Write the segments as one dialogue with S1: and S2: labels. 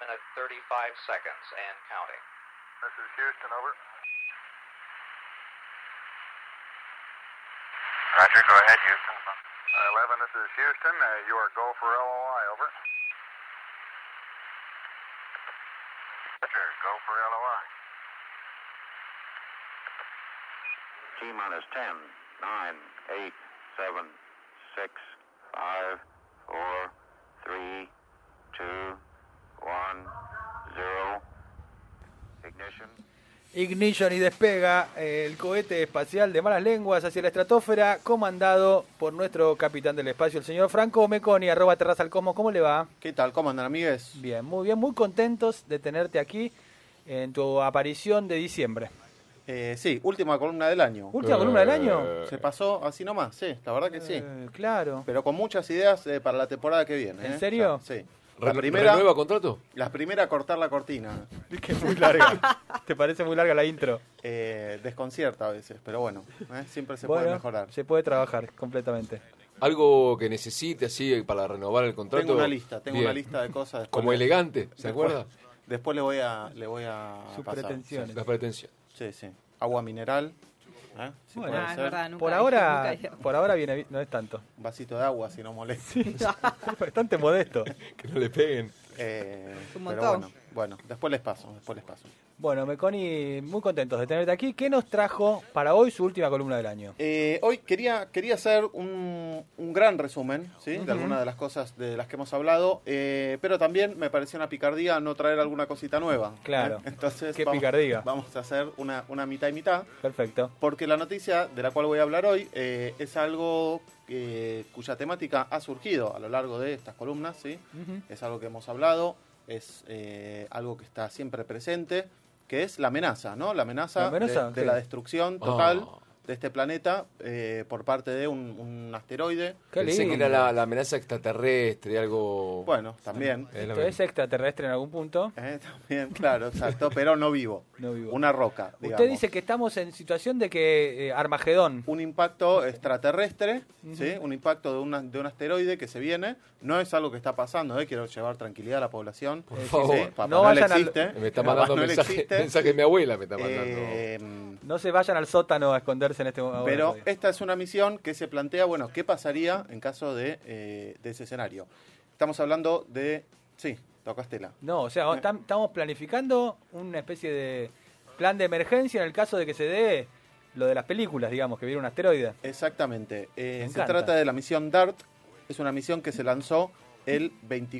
S1: minute 35 seconds and counting.
S2: This is Houston, over.
S3: Roger, go ahead, Houston.
S2: Uh, 11, this is Houston. Uh, you are go for LOI, over.
S3: Roger, go for LOI.
S4: T minus 10, 9, 8, 7, 6, 5, 4, 3, 2, 1, 0. Ignition.
S5: Ignition y despega el cohete espacial de malas lenguas hacia la estratosfera, comandado por nuestro capitán del espacio, el señor Franco Meconi, arroba Terraza al Cosmos. ¿Cómo le va?
S6: ¿Qué tal? ¿Cómo andan, amigues?
S5: Bien, muy bien, muy contentos de tenerte aquí en tu aparición de diciembre.
S6: Eh, sí, última columna del año.
S5: ¿Última columna del año?
S6: Se pasó así nomás, sí, la verdad que sí.
S5: Eh, claro.
S6: Pero con muchas ideas eh, para la temporada que viene.
S5: ¿En
S6: eh.
S5: serio?
S6: O sea, sí. La
S7: ¿Renueva
S6: primera,
S7: contrato?
S6: la primera, cortar la cortina.
S5: Que es muy larga. ¿Te parece muy larga la intro?
S6: Eh, desconcierta a veces, pero bueno, eh, siempre se puede
S5: Bueno,
S6: mejorar.
S5: Se puede trabajar completamente.
S7: ¿Algo que necesite así para renovar el contrato?
S6: Tengo una lista, tengo
S7: Bien.
S6: una lista de cosas. después
S7: Como
S6: le-
S7: elegante, ¿se
S6: después-
S7: acuerda?
S6: Después le voy a, le voy a
S5: Sus
S6: pasar.
S5: pretensiones.
S7: Las pretensiones.
S6: Sí, sí. Agua mineral. ¿eh? Si
S5: Bueno.
S6: puede
S5: Ah,
S8: es
S6: ser.
S8: verdad, nunca
S5: por
S8: dije-
S5: ahora,
S8: nunca dije-
S5: por ahora viene, bien, no es tanto.
S6: Un vasito de agua, si no molesta.
S5: Es bastante modesto.
S7: Que no le peguen.
S6: Eh,
S8: Un
S6: pero
S8: montón.
S6: bueno, bueno, después les paso, después les paso.
S5: Bueno, Meconi, muy contentos de tenerte aquí. ¿Qué nos trajo para hoy su última columna del año?
S6: Eh, hoy quería, quería hacer un, un gran resumen ¿sí? de algunas de las cosas de las que hemos hablado, eh, pero también me pareció una picardía no traer alguna cosita nueva. ¿eh?
S5: Claro.
S6: Entonces,
S5: Qué
S6: vamos,
S5: picardía.
S6: vamos a hacer una, una mitad y mitad,
S5: Perfecto.
S6: porque la noticia de la cual voy a hablar hoy eh, es algo eh, cuya temática ha surgido a lo largo de estas columnas, ¿sí?
S5: Ujú.
S6: es algo que hemos hablado, es eh, algo que está siempre presente, que es la amenaza, ¿no? La amenaza,
S5: ¿La amenaza?
S6: de, de
S5: Sí.
S6: la destrucción total
S7: Ah.
S6: de este planeta eh, por parte de un, un asteroide.
S5: Qué
S7: Pensé
S5: lindo.
S7: que era la, la amenaza extraterrestre, algo...
S6: Bueno, también,
S7: Es lo
S5: Esto es
S7: mismo.
S5: extraterrestre en algún punto.
S6: eh, también, claro, exacto, pero no vivo.
S5: No vivo.
S6: Una roca, digamos.
S5: Usted dice que estamos en situación de que eh, Armagedón.
S6: un impacto extraterrestre, ¿sí? un impacto de, una- de un asteroide que se viene, no es algo que está pasando, ¿eh? quiero llevar tranquilidad a la población.
S7: Por
S6: Eh, sí,
S7: favor.
S6: sí, Papá
S5: No
S6: Noel
S5: vayan al-
S6: existe,
S7: Me está
S6: Papá
S7: mandando
S6: Noel
S7: mensaje,
S6: existe.
S7: mensaje mi abuela, me está mandando.
S6: Eh,
S5: No se vayan al sótano a esconderse en este momento.
S6: Pero esta es una misión que se plantea, bueno, ¿qué pasaría en caso de, eh, de ese escenario? Estamos hablando de... Sí, tocastela.
S5: No, o sea, tam- estamos planificando una especie de plan de emergencia en el caso de que se dé lo de las películas, digamos, que viene un asteroide.
S6: Exactamente. Eh,
S5: Me
S6: se
S5: encanta.
S6: trata de la misión DART. Es una misión que se lanzó el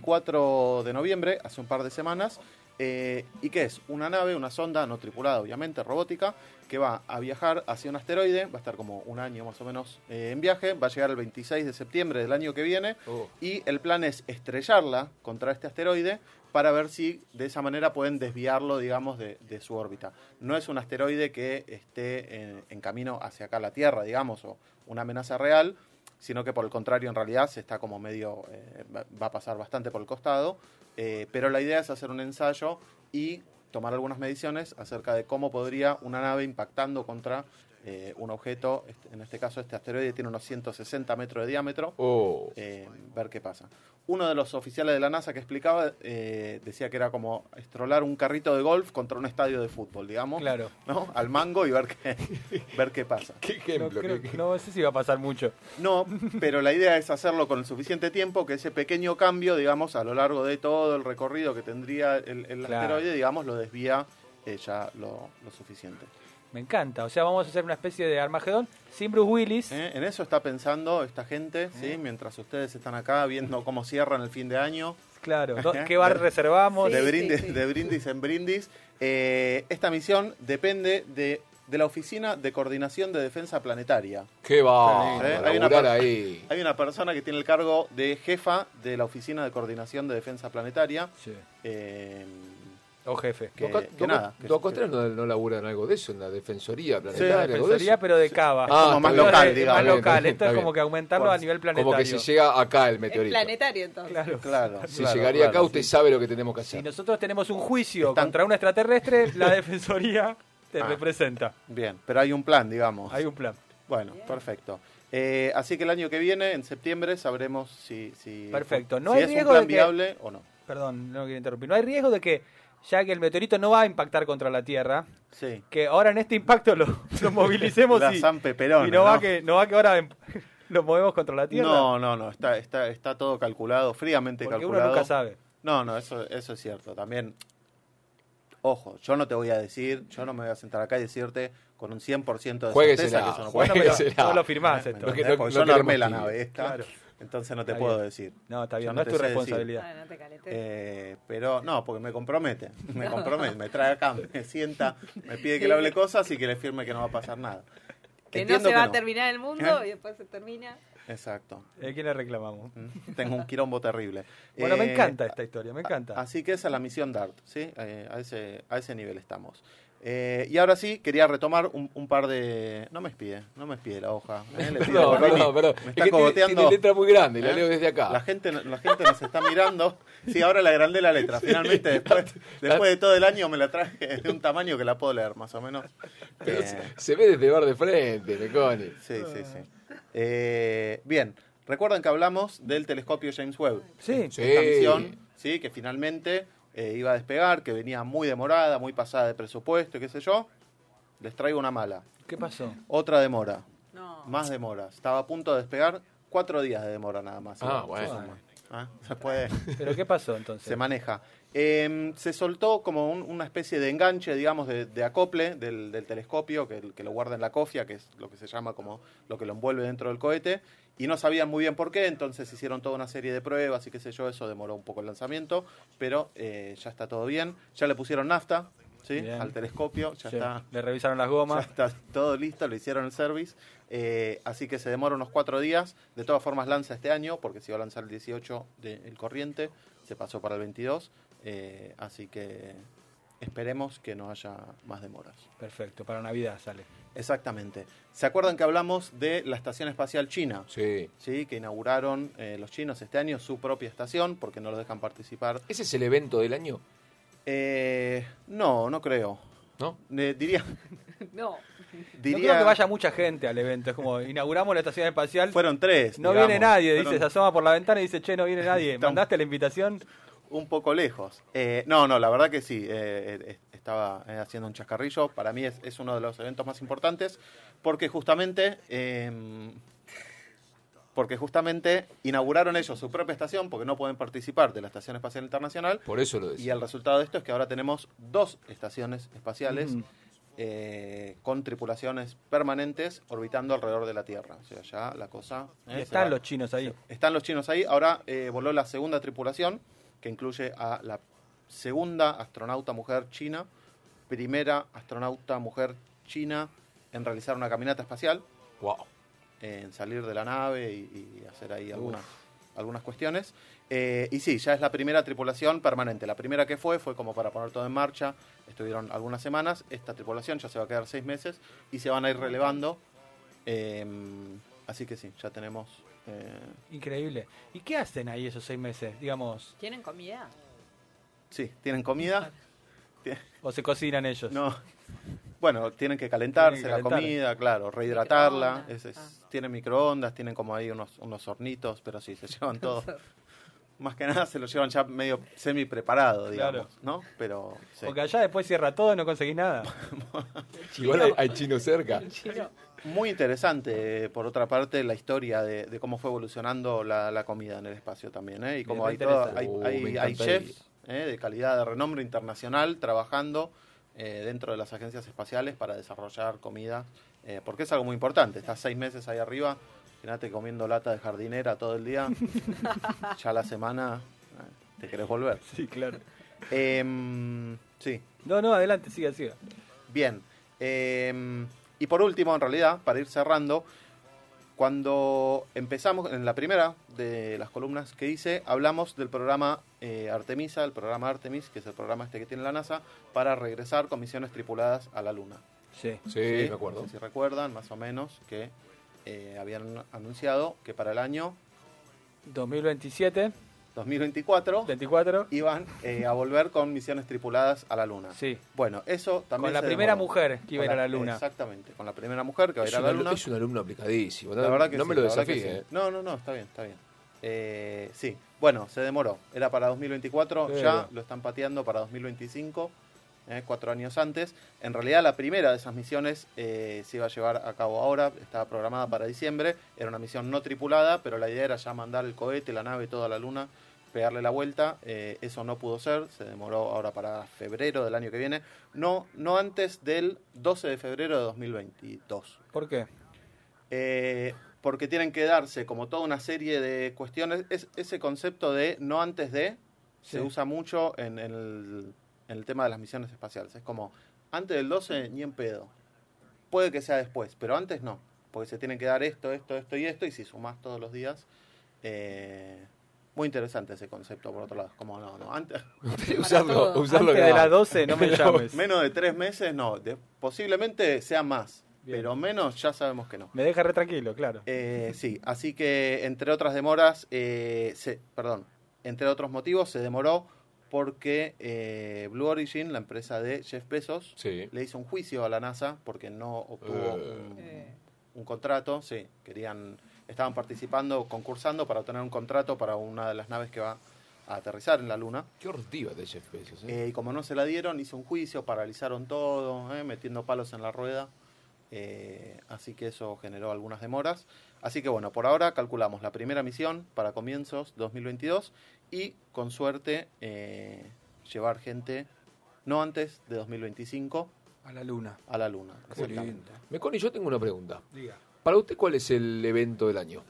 S6: 24 de noviembre, hace un par de semanas. eh, ¿Y qué es? Una nave, una sonda no tripulada, obviamente, robótica, que va a viajar hacia un asteroide. Va a estar como un año más o menos eh, en viaje. Va a llegar el 26 de septiembre del año que viene.
S7: Oh.
S6: Y el plan es estrellarla contra este asteroide para ver si de esa manera pueden desviarlo, digamos, de, de su órbita. No es un asteroide que esté en, en camino hacia acá a la Tierra, digamos, o una amenaza real, sino que por el contrario, en realidad, se está como medio, eh, va- va a pasar bastante por el costado. Eh, pero la idea es hacer un ensayo y tomar algunas mediciones acerca de cómo podría una nave impactando contra eh, un objeto, este- en este caso este asteroide tiene unos 160 metros de diámetro,
S7: Oh.
S6: eh, ver qué pasa. Uno de los oficiales de la NASA que explicaba eh, decía que era como estrolar un carrito de golf contra un estadio de fútbol, digamos,
S5: Claro.
S6: ¿no? Al mango y ver qué, ver qué pasa.
S7: ¿Qué
S5: No,
S7: ejemplo?
S5: creo-
S7: qué- qué-
S5: no sé si va a pasar mucho.
S6: No, pero la idea es hacerlo con el suficiente tiempo que ese pequeño cambio, digamos, a lo largo de todo el recorrido que tendría el, el
S5: Claro.
S6: asteroide, digamos, lo desvía eh, ya lo, lo suficiente.
S5: Me encanta. O sea, vamos a hacer una especie de Armagedón sin Bruce Willis.
S6: Eh, En eso está pensando esta gente,
S5: ¿Eh?
S6: ¿sí? Mientras ustedes están acá viendo cómo cierran el fin de año.
S5: Claro. Do- ¿Qué bar reservamos?
S6: de,
S8: Sí,
S6: brindis,
S8: sí, sí.
S6: de brindis en brindis. Eh, esta misión depende de, de la Oficina de Coordinación de Defensa Planetaria.
S7: ¿Qué va?
S6: Está lindo, eh.
S7: a
S6: Hay una
S7: laburar
S6: parte-
S7: ahí.
S6: Hay una persona que tiene el cargo de jefa de la Oficina de Coordinación de Defensa Planetaria.
S5: Sí.
S6: eh,
S5: O jefe.
S6: que,
S7: Doca-
S6: que
S7: Doca-
S6: nada. que-
S7: Docostrel no, no laburan algo de eso, en la defensoría planetaria,
S6: la
S7: algo de eso.
S5: Defensoría, pero de cava.
S7: Ah,
S6: como más
S7: está bien.
S6: local,
S5: Entonces,
S6: digamos.
S5: Más
S7: Está
S5: local.
S7: bien,
S5: Esto
S7: está
S5: es como
S7: bien.
S5: que aumentarlo
S6: Por-
S5: a nivel planetario.
S7: Como que si llega acá el
S8: Es
S7: meteorito.
S8: planetario entonces.
S5: Claro.
S6: Claro.
S7: Si
S6: claro,
S7: llegaría
S6: claro,
S7: acá, usted
S6: sí.
S7: sabe lo que tenemos que
S5: Si
S7: hacer.
S5: nosotros tenemos un juicio
S6: Están-
S5: contra un extraterrestre, la Defensoría te
S6: Ah.
S5: representa.
S6: Bien, pero hay un plan, digamos.
S5: Hay un plan.
S6: Bueno, perfecto. Eh, así que el año que viene, en septiembre, sabremos si, si,
S5: Perfecto. No
S6: si
S5: hay
S6: es un
S5: riesgo
S6: plan
S5: de que-
S6: viable o no.
S5: Perdón, no quiero interrumpir. No hay riesgo de que, ya que el meteorito no va a impactar contra la Tierra,
S6: Sí.
S5: que ahora en este impacto lo, lo movilicemos
S6: La
S5: y,
S6: San Peperona,
S5: y no, va
S6: ¿no?
S5: que no va que ahora em- lo movemos contra la Tierra.
S6: No, este no, no, está, está, está todo calculado, fríamente
S5: porque
S6: calculado.
S5: uno nunca sabe.
S6: No, no, eso, eso es cierto. También, ojo, yo no te voy a decir, yo no me voy a sentar acá y decirte con un 100% de
S7: Juéguesela,
S6: certeza que eso no puede
S5: Bueno, pero
S7: Ese
S5: no
S7: era.
S5: lo firmás
S6: ¿Me
S5: esto.
S7: Lo que-
S6: entendés?
S7: lo-
S6: Porque
S7: lo
S6: yo no armé
S7: queremos
S6: la
S7: tibio.
S6: nave esta,
S5: Claro.
S6: entonces no te
S5: Está
S6: puedo
S5: bien.
S6: decir.
S5: No, está
S6: Yo
S5: bien,
S6: no
S5: no, es
S6: te
S5: tu
S6: sé decir.
S5: responsabilidad.
S8: Ah, no te caletes.
S6: Eh, pero no, porque me compromete, me compromete, me trae acá, me sienta, me pide que le hable cosas y que le firme que no va a pasar nada.
S8: que no
S6: Entiendo
S8: se
S6: que
S8: va a terminar el mundo
S6: ¿Eh?
S8: y después se termina.
S6: Exacto.
S5: ¿A ¿Eh? quién le reclamamos?
S6: Mm, Tengo un quirombo terrible.
S5: Bueno, me
S6: Eh,
S5: encanta esta historia, me encanta.
S6: Así que esa es la misión DART, ¿sí? Eh, a, ese, a ese nivel estamos. Eh, y ahora sí, quería retomar un, un par de... No me espíe, no me espíe la hoja. ¿eh? Le pido
S7: Perdón,
S6: a Rini,
S7: perdón, perdón.
S6: Me
S7: Es
S6: está
S7: que tiene-
S6: cogoteando.
S7: Tiene letra muy grande, y la
S6: ¿Eh?
S7: leo desde acá.
S6: La gente, la gente nos está mirando. Sí, ahora la agrandé la letra. Finalmente, después, después de todo el año, me la traje de un tamaño que la puedo leer, más o menos.
S7: Pero
S6: Eh,
S7: se, se ve desde bar de frente, Meconi.
S6: sí, sí, sí. Eh, bien, recuerdan que hablamos del telescopio James Webb.
S5: Sí,
S7: Sí.
S6: Esta misión, sí, que finalmente eh, iba a despegar, que venía muy demorada, muy pasada de presupuesto, y qué sé yo. Les traigo una mala.
S5: ¿qué pasó?
S6: Otra demora,
S8: No.
S6: más demora. Estaba a punto de despegar, cuatro días de demora nada más.
S7: Ah,
S6: Se
S7: bueno.
S6: suma. Ah, Se puede.
S5: ¿Pero qué pasó entonces?
S6: se maneja. Eh, se soltó como un- una especie de enganche, digamos, de, de acople del, del telescopio que, que lo guarda en la cofia, que es lo que se llama como lo que lo envuelve dentro del cohete, y no sabían muy bien por qué, entonces hicieron toda una serie de pruebas y qué sé yo, eso demoró un poco el lanzamiento, pero eh, ya está todo bien. Ya le pusieron nafta ¿sí?
S5: Bien.
S6: al telescopio, ya
S5: Sí,
S6: está
S5: Le revisaron las
S6: ya
S5: gomas.
S6: está todo listo, lo hicieron el service. eh, así que se demora unos cuatro días. De todas formas, lanza este año, porque se iba a lanzar el 18 del corriente, se pasó para el 22. eh, así que esperemos que no haya más demoras.
S5: Perfecto, para Navidad sale.
S6: Exactamente. ¿Se acuerdan que hablamos de la Estación Espacial China?
S7: Sí.
S6: ¿Sí? Que inauguraron eh, los chinos este año su propia estación, porque no lo dejan participar.
S7: ¿Ese es el evento del año?
S6: Eh, no, no creo.
S7: ¿No?
S6: Eh, diría,
S8: No.
S6: diría.
S5: No creo que vaya mucha gente al evento. Es como, inauguramos la estación espacial.
S6: Fueron tres.
S5: no
S6: digamos.
S5: viene nadie,
S6: Fueron-
S5: dice, se asoma por la ventana y dice, che, no viene nadie.
S6: Estamos-
S5: ¿Mandaste la invitación?
S6: un poco lejos. Eh, no, no, la verdad que sí. eh, eh, estaba eh, haciendo un chascarrillo. Para mí es, es uno de los eventos más importantes porque justamente. eh, porque justamente inauguraron ellos su propia estación porque no pueden participar de la Estación Espacial Internacional.
S7: Por eso lo
S6: Y
S7: decía.
S6: el resultado de esto es que ahora tenemos dos estaciones espaciales
S5: Mm.
S6: eh, con tripulaciones permanentes orbitando alrededor de la Tierra. O sea, ya la cosa.
S5: Y
S6: eh, se
S5: están
S6: va-
S5: los chinos ahí.
S6: están los chinos ahí. Ahora eh, voló la segunda tripulación, que incluye a la segunda astronauta mujer china, primera astronauta mujer china en realizar una caminata espacial,
S7: Wow.
S6: eh, en salir de la nave y, y hacer ahí algunas, algunas cuestiones. Eh, y sí, ya es la primera tripulación permanente. La primera que fue fue como para poner todo en marcha, estuvieron algunas semanas. Esta tripulación ya se va a quedar seis meses y se van a ir relevando. Em, así que sí, ya tenemos... eh,
S5: Increíble. ¿Y qué hacen ahí esos seis meses? Digamos,
S8: ¿Tienen comida?
S6: Sí, tienen comida.
S5: o se cocinan ellos.
S6: No. Bueno, tienen que calentarse
S5: Tienen que
S6: la
S5: calentar.
S6: comida, claro, rehidratarla.
S8: Microondas,
S6: es- es-
S8: ah.
S6: Tienen microondas, tienen como ahí unos, unos hornitos, pero sí, se llevan todo. Más que nada se lo llevan ya medio semi preparado, digamos, ¿no? Pero sí.
S5: Porque allá después cierra todo y no conseguís nada.
S7: Igual hay, hay chinos cerca.
S8: Chino.
S6: muy interesante, eh, por otra parte, la historia de, de cómo fue evolucionando la, la comida en el espacio también, ¿eh? Y
S5: Me
S6: cómo hay,
S5: reinteresa.
S6: toda- hay,
S7: Uh,
S6: hay-
S7: me
S6: hay
S7: encantaría.
S6: chefs eh, de calidad, de renombre internacional, trabajando eh, dentro de las agencias espaciales para desarrollar comida, eh, porque es algo muy importante. Estás seis meses ahí arriba, imagínate comiendo lata de jardinera todo el día, ya la semana eh, te querés volver.
S5: Sí, claro.
S6: Em, sí,
S5: No, no, adelante, siga, siga.
S6: Bien. eh, y por último, en realidad, para ir cerrando, cuando empezamos en la primera de las columnas que hice, hablamos del programa eh, Artemisa, el programa Artemis, que es el programa este que tiene la NASA, para regresar con misiones tripuladas a la Luna.
S5: Sí.
S7: Sí, me acuerdo.
S6: No sé si recuerdan, más o menos, que eh, habían anunciado que para el año
S5: 2027,
S6: 2024
S5: 24.
S6: iban eh, a volver con misiones tripuladas a la Luna.
S5: Sí.
S6: Bueno, eso también.
S5: Con la
S6: se
S5: primera
S6: demoró.
S5: mujer que iba a ir
S6: Con
S5: a la Luna.
S6: Exactamente, con la primera mujer que va a
S7: Es
S6: ir a
S7: un,
S6: la
S7: alumno,
S6: Luna.
S7: es un alumno aplicadísimo. No,
S6: La verdad que
S7: no
S6: sí,
S7: me lo
S6: la verdad que
S7: desafíe. eh.
S6: sí. No, no, no, está bien, está bien. Eh, sí, bueno, se demoró. Era para 2024,
S7: Pero.
S6: ya lo están pateando para 2025, eh, cuatro años antes. En realidad la primera de esas misiones eh, se iba a llevar a cabo ahora, estaba programada para diciembre. Era una misión no tripulada, pero la idea era ya mandar el cohete, la nave, toda la luna, pegarle la vuelta. Eh, eso no pudo ser, se demoró ahora para febrero del año que viene. No, no antes del 12 de febrero de 2022.
S5: ¿Por qué?
S6: Eh, porque tienen que darse como toda una serie de cuestiones. Es, ese concepto de no antes de se
S5: Sí.
S6: usa mucho en, el, en el tema de las misiones espaciales. Es como, antes del 12 ni en pedo. Puede que sea después, pero antes no. Porque se tienen que dar esto, esto, esto y esto. Y si sumás todos los días... eh, muy interesante ese concepto, por otro lado. Como no, no. Antes,
S7: usarlo,
S8: todo.
S7: usarlo
S5: Antes de
S7: nada.
S5: las 12 no me llames.
S6: menos de tres meses, no. De- posiblemente sea más.
S5: Bien.
S6: Pero menos ya sabemos que no.
S5: Me deja re tranquilo, claro.
S6: Eh, sí, así que entre otras demoras, eh, se- perdón, entre otros motivos se demoró porque eh, Blue Origin, la empresa de Jeff Bezos,
S7: Sí.
S6: le hizo un juicio a la NASA porque no obtuvo
S7: Eh.
S6: un,
S8: Eh.
S6: un contrato. Sí, querían, estaban participando, concursando para obtener un contrato para una de las naves que va a aterrizar en la Luna.
S7: Qué hortiva de Jeff Bezos, ¿eh?
S6: Eh, y como no se la dieron, hizo un juicio, paralizaron todo, eh, metiendo palos en la rueda. Eh, así que eso generó algunas demoras. Así que bueno, por ahora calculamos la primera misión para comienzos 2022 y con suerte eh, llevar gente no antes de 2025
S5: A la luna.
S6: a la luna.
S5: Qué
S6: Exactamente.
S5: lindo.
S7: Meconi, yo tengo una pregunta.
S5: Diga.
S7: Para usted, ¿cuál es el evento del año?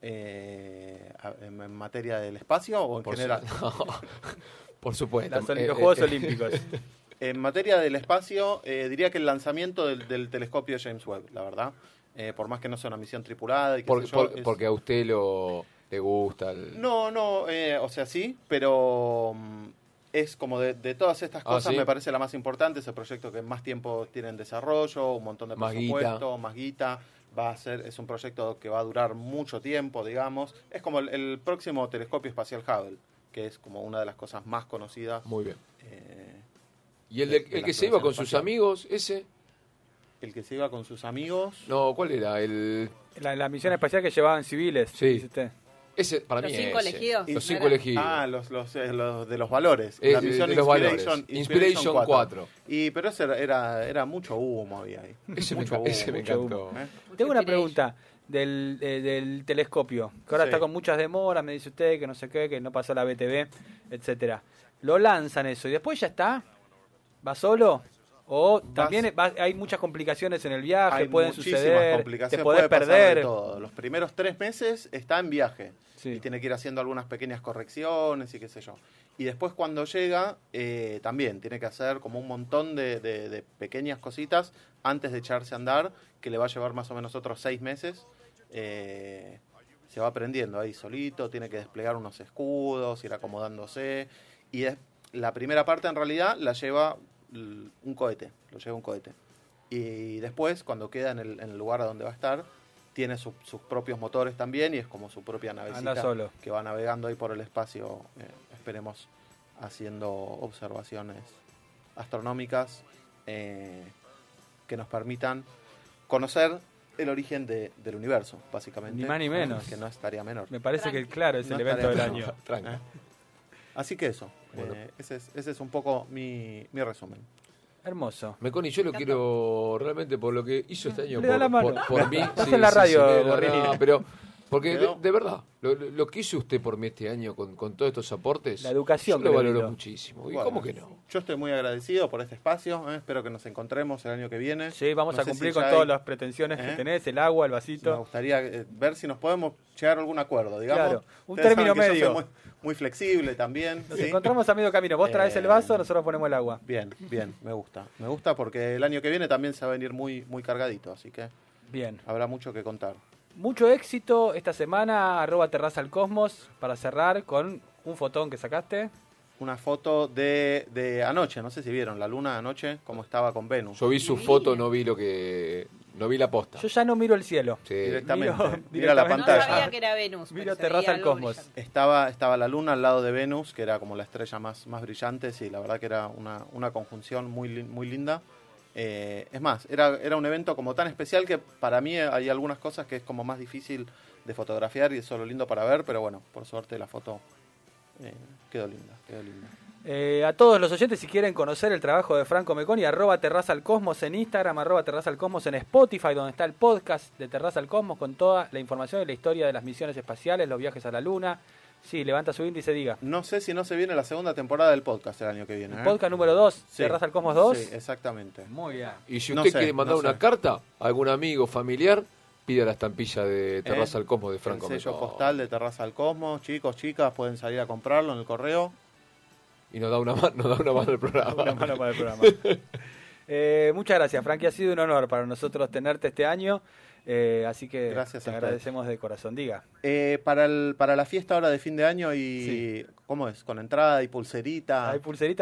S6: Eh, a- ¿En en materia del espacio o en
S7: Por su-
S6: general?
S7: Por supuesto.
S5: Las oli-
S7: Eh,
S5: los
S7: eh,
S5: Juegos
S7: eh,
S5: Olímpicos.
S6: En materia del espacio, eh, diría que el lanzamiento del, del telescopio James Webb, la verdad. Eh, por más que no sea una misión tripulada y qué
S7: por-
S6: sé yo,
S7: por-
S6: es-
S7: Porque a usted lo le gusta. el-
S6: No, no, eh, o sea, sí, pero mm, es como de, de todas estas
S7: Ah,
S6: cosas
S7: ¿sí?
S6: me parece la más importante, es el proyecto que más tiempo tiene en desarrollo, un montón de
S7: Más
S6: presupuesto, más guita, va a ser, es un proyecto que va a durar mucho tiempo, digamos, es como el, el próximo telescopio espacial Hubble, que es como una de las cosas más conocidas.
S7: Muy bien.
S6: eh,
S7: ¿Y el,
S6: De-
S7: de-
S6: de
S7: el
S6: la
S7: que se iba con
S6: exploración
S7: sus amigos, ese?
S6: el que se iba con sus amigos.
S7: No, ¿cuál era? El,
S5: La, la misión espacial que llevaban civiles.
S7: Sí.
S5: dice usted.
S7: ese para
S8: Los
S7: mí
S8: cinco
S7: ese.
S8: elegidos,
S7: Los
S8: ¿no
S7: cinco
S8: era?
S7: elegidos.
S6: Ah, los, los, eh, los de los valores.
S7: Eh,
S6: la
S7: de-
S6: misión
S7: de los valores.
S6: Inspiration,
S7: Inspiration 4.
S6: Y, pero ese era, era, era mucho humo había ahí.
S7: Ese, me,
S6: Mucho
S7: enca-
S6: humo,
S7: ese me
S5: mucho
S7: encantó.
S6: ¿eh?
S5: Tengo una
S8: Mucho
S5: pregunta del, eh, del telescopio, que ahora
S6: Sí.
S5: está con muchas demoras, me dice usted, que no sé qué, que no pasó la BTV, etcétera. Lo lanzan eso y después ya está. ¿Va solo? O también va- hay muchas complicaciones en el viaje,
S6: Hay
S5: pueden
S6: muchísimas
S5: suceder, te
S6: complicaciones,
S5: podés
S6: puede pasar de
S5: perder.
S6: todo. Los primeros tres meses está en viaje
S5: Sí.
S6: y tiene que ir haciendo algunas pequeñas correcciones y qué sé yo. Y después cuando llega, eh, también tiene que hacer como un montón de, de- de pequeñas cositas antes de echarse a andar, que le va a llevar más o menos otros seis meses. Eh, se va aprendiendo ahí solito, tiene que desplegar unos escudos, ir acomodándose. Y es- la primera parte en realidad la lleva l- un cohete, lo lleva un cohete. Y después, cuando queda en el, en el lugar a donde va a estar, tiene su- sus propios motores también y es como su propia navecita
S5: Anda solo.
S6: que va navegando ahí por el espacio, eh, esperemos, haciendo observaciones astronómicas eh, que nos permitan conocer el origen de- del universo, básicamente.
S5: Ni más ni menos.
S6: Que no es tarea menor.
S5: Me parece que, claro, es
S6: No
S5: el
S6: está
S5: evento del
S6: lejos.
S5: año.
S7: Tranca.
S6: Así que eso,
S7: Bueno.
S6: eh, ese, es, ese es un poco mi, mi resumen.
S5: Hermoso.
S7: Meconi, yo lo quiero realmente por lo que hizo este año.
S5: Le
S7: por,
S5: da la mano.
S7: por- por mí.
S5: Estás en la radio,
S7: me da la-
S5: Borrini.
S7: no, pero porque de,
S6: Quedó.
S7: de verdad, lo, lo- lo que hizo usted por mí este año con, con todos estos aportes,
S5: La educación que
S7: yo lo
S5: le
S7: valoro
S5: brindó.
S7: muchísimo. ¿Y
S6: Bueno,
S7: cómo que no?
S6: Yo estoy muy agradecido por este espacio, eh, espero que nos encontremos el año que viene.
S5: Sí, vamos
S6: No
S5: a
S6: sé si
S5: cumplir
S6: ya
S5: con
S6: hay-
S5: todas las pretensiones que
S6: ¿Eh?
S5: tenés, el agua, el
S6: Me
S5: vasito.
S6: gustaría eh, ver si nos podemos llegar a algún acuerdo, digamos.
S5: Claro, un
S6: Ustedes
S5: término
S6: saben que yo
S5: medio.
S6: soy muy, muy flexible también.
S5: Nos
S6: ¿sí?
S5: encontramos a medio camino. Vos traes el vaso,
S6: Eh,
S5: nosotros ponemos el agua.
S6: Bien, bien, me gusta. Me gusta porque el año que viene también se va a venir muy, muy cargadito, así que
S5: Bien.
S6: habrá mucho que contar.
S5: Mucho éxito esta semana, arroba terraza al cosmos, para cerrar con un fotón que sacaste.
S6: Una foto de, de anoche, no sé si vieron, la luna anoche, cómo estaba con Venus.
S7: Yo vi su foto, no vi lo que. No vi la posta.
S5: Yo ya no miro el cielo.
S7: Sí.
S6: directamente.
S5: Miro-
S6: Mira
S5: directamente.
S6: la
S8: No
S6: pantalla.
S8: sabía que era Venus. pero
S5: Miro
S8: se veía
S5: Terraza al
S8: algo
S5: Cosmos.
S8: brillante.
S6: Estaba, estaba la luna al lado de Venus, que era como la estrella más, más brillante, sí, la verdad que era una, una conjunción muy, lin- muy linda. Eh, es más, era, era un evento como tan especial que para mí hay algunas cosas que es como más difícil de fotografiar y es solo lindo para ver, pero bueno, por suerte la foto eh, quedó linda, quedó linda.
S5: Eh, a todos los oyentes, si quieren conocer el trabajo de Franco Meconi, arroba Terraza al Cosmos en Instagram, arroba Terraza al Cosmos en Spotify, donde está el podcast de Terraza al Cosmos con toda la información de la historia de las misiones espaciales, los viajes a la Luna. Sí, levanta su índice y diga.
S6: No sé si no se viene la segunda temporada del podcast el año que viene. ¿eh?
S5: Podcast número 2,
S6: Sí.
S5: Terraza al Cosmos 2.
S6: Sí, Ah, exactamente.
S5: Muy bien.
S7: Y si
S6: No
S7: usted
S6: sé,
S7: quiere mandar
S6: no sé.
S7: una carta a algún amigo, familiar, pida la estampilla de Terraza
S6: ¿Eh?
S7: al Cosmos de Franco
S6: El sello
S7: Meconi.
S6: postal de Terraza al Cosmos. Chicos, chicas, pueden salir a comprarlo en el correo.
S7: Y nos da una mano, nos da una mano al programa.
S5: Una mano para el programa. Eh, muchas gracias, Frankie. Ha sido un honor para nosotros tenerte este año. eh, así que
S6: Gracias
S5: te
S6: a ustedes.
S5: agradecemos de corazón. Diga.
S6: Eh, para, el, para la fiesta ahora de fin de año y... ¿Cómo es? Con entrada y pulserita.
S5: Hay pulserita